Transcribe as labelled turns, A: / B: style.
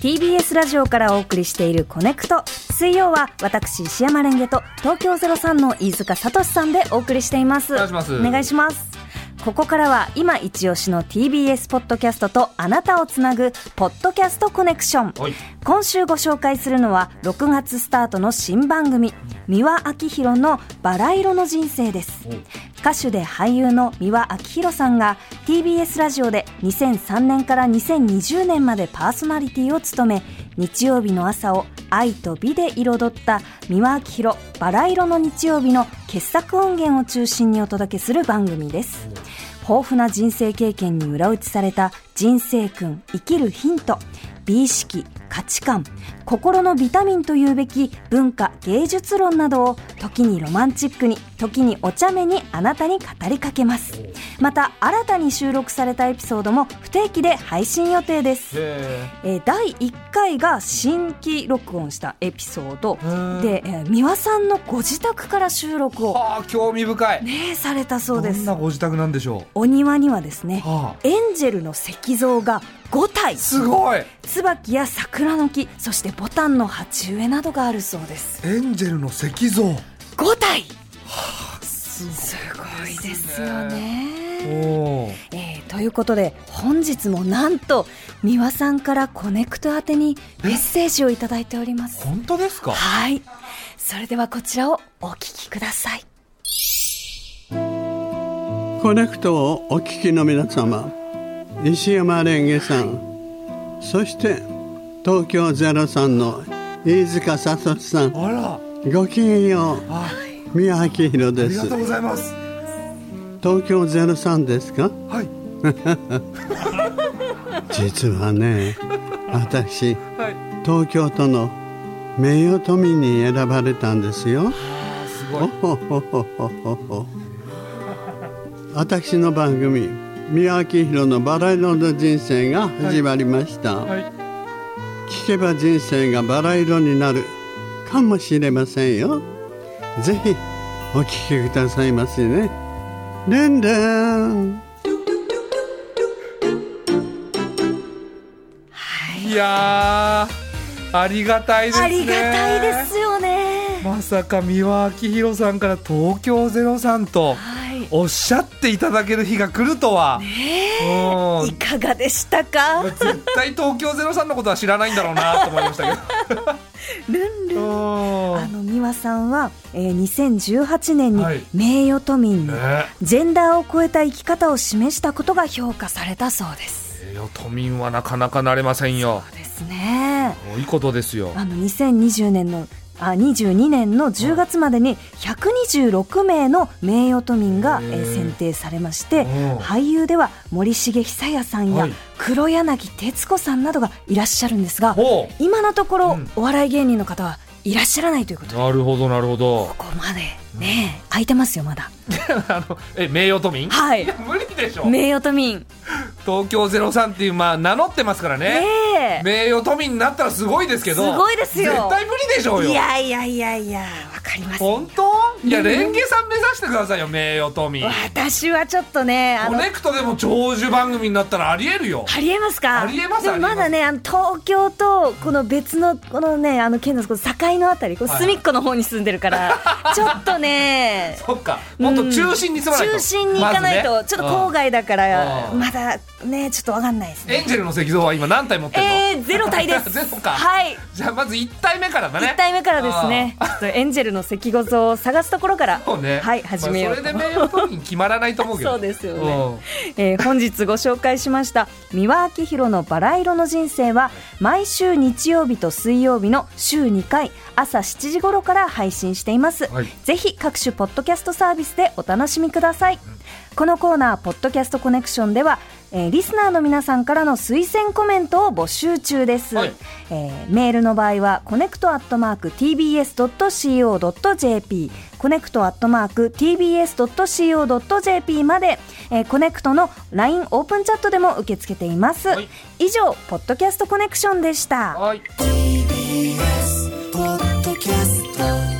A: TBS ラジオからお送りしているコネクト水曜は私石山レンゲと東京03の飯塚聡さんでお送りしています
B: お願いします
A: お願いしますここからは今一押しの TBS ポッドキャストとあなたをつなぐポッドキャストコネクション
B: はい
A: 今週ご紹介するのは6月スタートの新番組三輪明宏のバラ色の人生です歌手で俳優の三輪明宏さんが TBS ラジオで2003年から2020年までパーソナリティを務め日曜日の朝を愛と美で彩った三輪明宏バラ色の日曜日の傑作音源を中心にお届けする番組です豊富な人生経験に裏打ちされた人生訓生きるヒント美意識価値観心のビタミンというべき文化芸術論などを時にロマンチックに時にお茶目にあなたに語りかけますまた新たに収録されたエピソードも不定期で配信予定です、
B: へ
A: えー第1回が新規録音したエピソード
B: ー
A: で、えー、三輪さんのご自宅から収録を、
B: はあ興味深い
A: ね、されたそうで
B: どん
A: す
B: なご自宅なんでしょ
A: お庭にはですね
B: うはあ
A: エンジェルの石像が5体
B: すごい
A: 椿や桜の木そしてボタンの鉢植えなどがあるそうです
B: エンジェルの石像
A: 5体
B: す
A: すごいですよね、
B: おー
A: えーということで本日もなんと三輪さんからコネクト宛てにメッセージをいただいております
B: 本当ですか
A: はいそれではこちらをお聞きください
C: コネクトをお聞きの皆様石山蓮華さん、そして東京03の飯塚聡さん
B: あら
C: ごきげんよ
B: あ
C: う宮脇宏
B: あ
C: で
B: りが
C: す
B: とうございます
C: 東京03ですか
B: はい
C: 実は ね私
B: はい
C: 東京都の名誉都民に選ばれたんですよ
B: す
C: お
B: ごい
C: ほほほほほほ私の番組宮脇宏のバラ色の人生が始まりました、
B: はい
C: 聞けば人生がバラ色になるかもしれませんよぜひお聞きくださいませねレンレン
B: いやーありがたいですね
A: ありがたいですよね
B: まさか三輪明宏さんから東京ゼロさんと
A: はい
B: おっしゃっていただける日が来るとは、うん
A: いかがでしたか
B: まあ絶対東京ゼロさんのことは知らないんだろうなと思いましたけ
A: ルンルン
B: どう
A: あ
B: ん
A: の美和さんは、えー2018年に
B: はい
A: 名誉都民に
B: ね
A: ジェンダーを超えた生き方を示したことが評価されたそうです。
B: えよ都民はなかなかなれませんよ
A: そうですね。
B: すごいことですよ
A: あの2020年のあ22年の10月までに126名の名誉都民が、
B: へ
A: え
B: ー
A: ー選定されまして
B: うん
A: 俳優では森重久彌さん
B: は
A: や
B: い
A: 黒柳徹子さんなどがいらっしゃるんですが
B: ほう
A: 今のとこ
B: う
A: ろ
B: ん
A: お笑い芸人の方はいらっしゃらないということで
B: なるほどなるほど
A: ここまでね空いてますよまだ。
B: あのえ名誉都民
A: はい
B: いや無理でしょ
A: 名誉都民。
B: 東京ゼロさんっていうまあ名乗ってますからね
A: ねえ。
B: 名誉都民になったらすごいですけど
A: すごいですよ
B: 絶対無理でしょうよ
A: いやいやいやいや、わかります。
B: 本当いやレンゲさん目指してくださいよ名誉都民
A: 私はちょっとね、あ
B: コ
A: の、
B: ネクトでも長寿番組になったらありえるよ
A: ありえますか
B: ありえます
A: でもまだね、あの、東京と、この別の、このね、あの、県の、この境のあたり、この
B: はい
A: 隅っこの方に住んでる から、ちょっとね、
B: そっか もっと中心に住まないと、
A: 中心に行かないと、
B: まず
A: ち
B: ね
A: ょっと郊外だから、
B: うん
A: まだね、ちょっとわかんないです
B: うんエン
A: ね。
B: ジェルの石像は今何体持ってるの、。
A: えー、ゼロ体で す
B: ゼロか
A: はい。
B: じゃあまず1体目からだね
A: 1体目からですね、ちょっとエンジェルの石像を探すところから、
B: そうね
A: はい、始めようと
B: まあそれで名誉当人決まらないと思うけど
A: そうですよねえー本日ご紹介しました三輪明宏のバラ色の人生は毎週日曜日と水曜日の週2回朝7時頃から配信しています、
B: はい
A: ぜひ各種ポッドキャストサービスでお楽しみくださいこのコーナー「ポッドキャストコネクション」では、えーリスナーの皆さんからの推薦コメントを募集中です、
B: はい
A: えーメールの場合はコネクトアットマーク TBS.CO.JP コネクトアットマーク TBS.CO.JP まで、えーコネクトの LINE オープンチャットでも受け付けています、
B: はい
A: 以上「ポッドキャストコネクション」でした
B: うんはい
D: TBS ポッドキャスト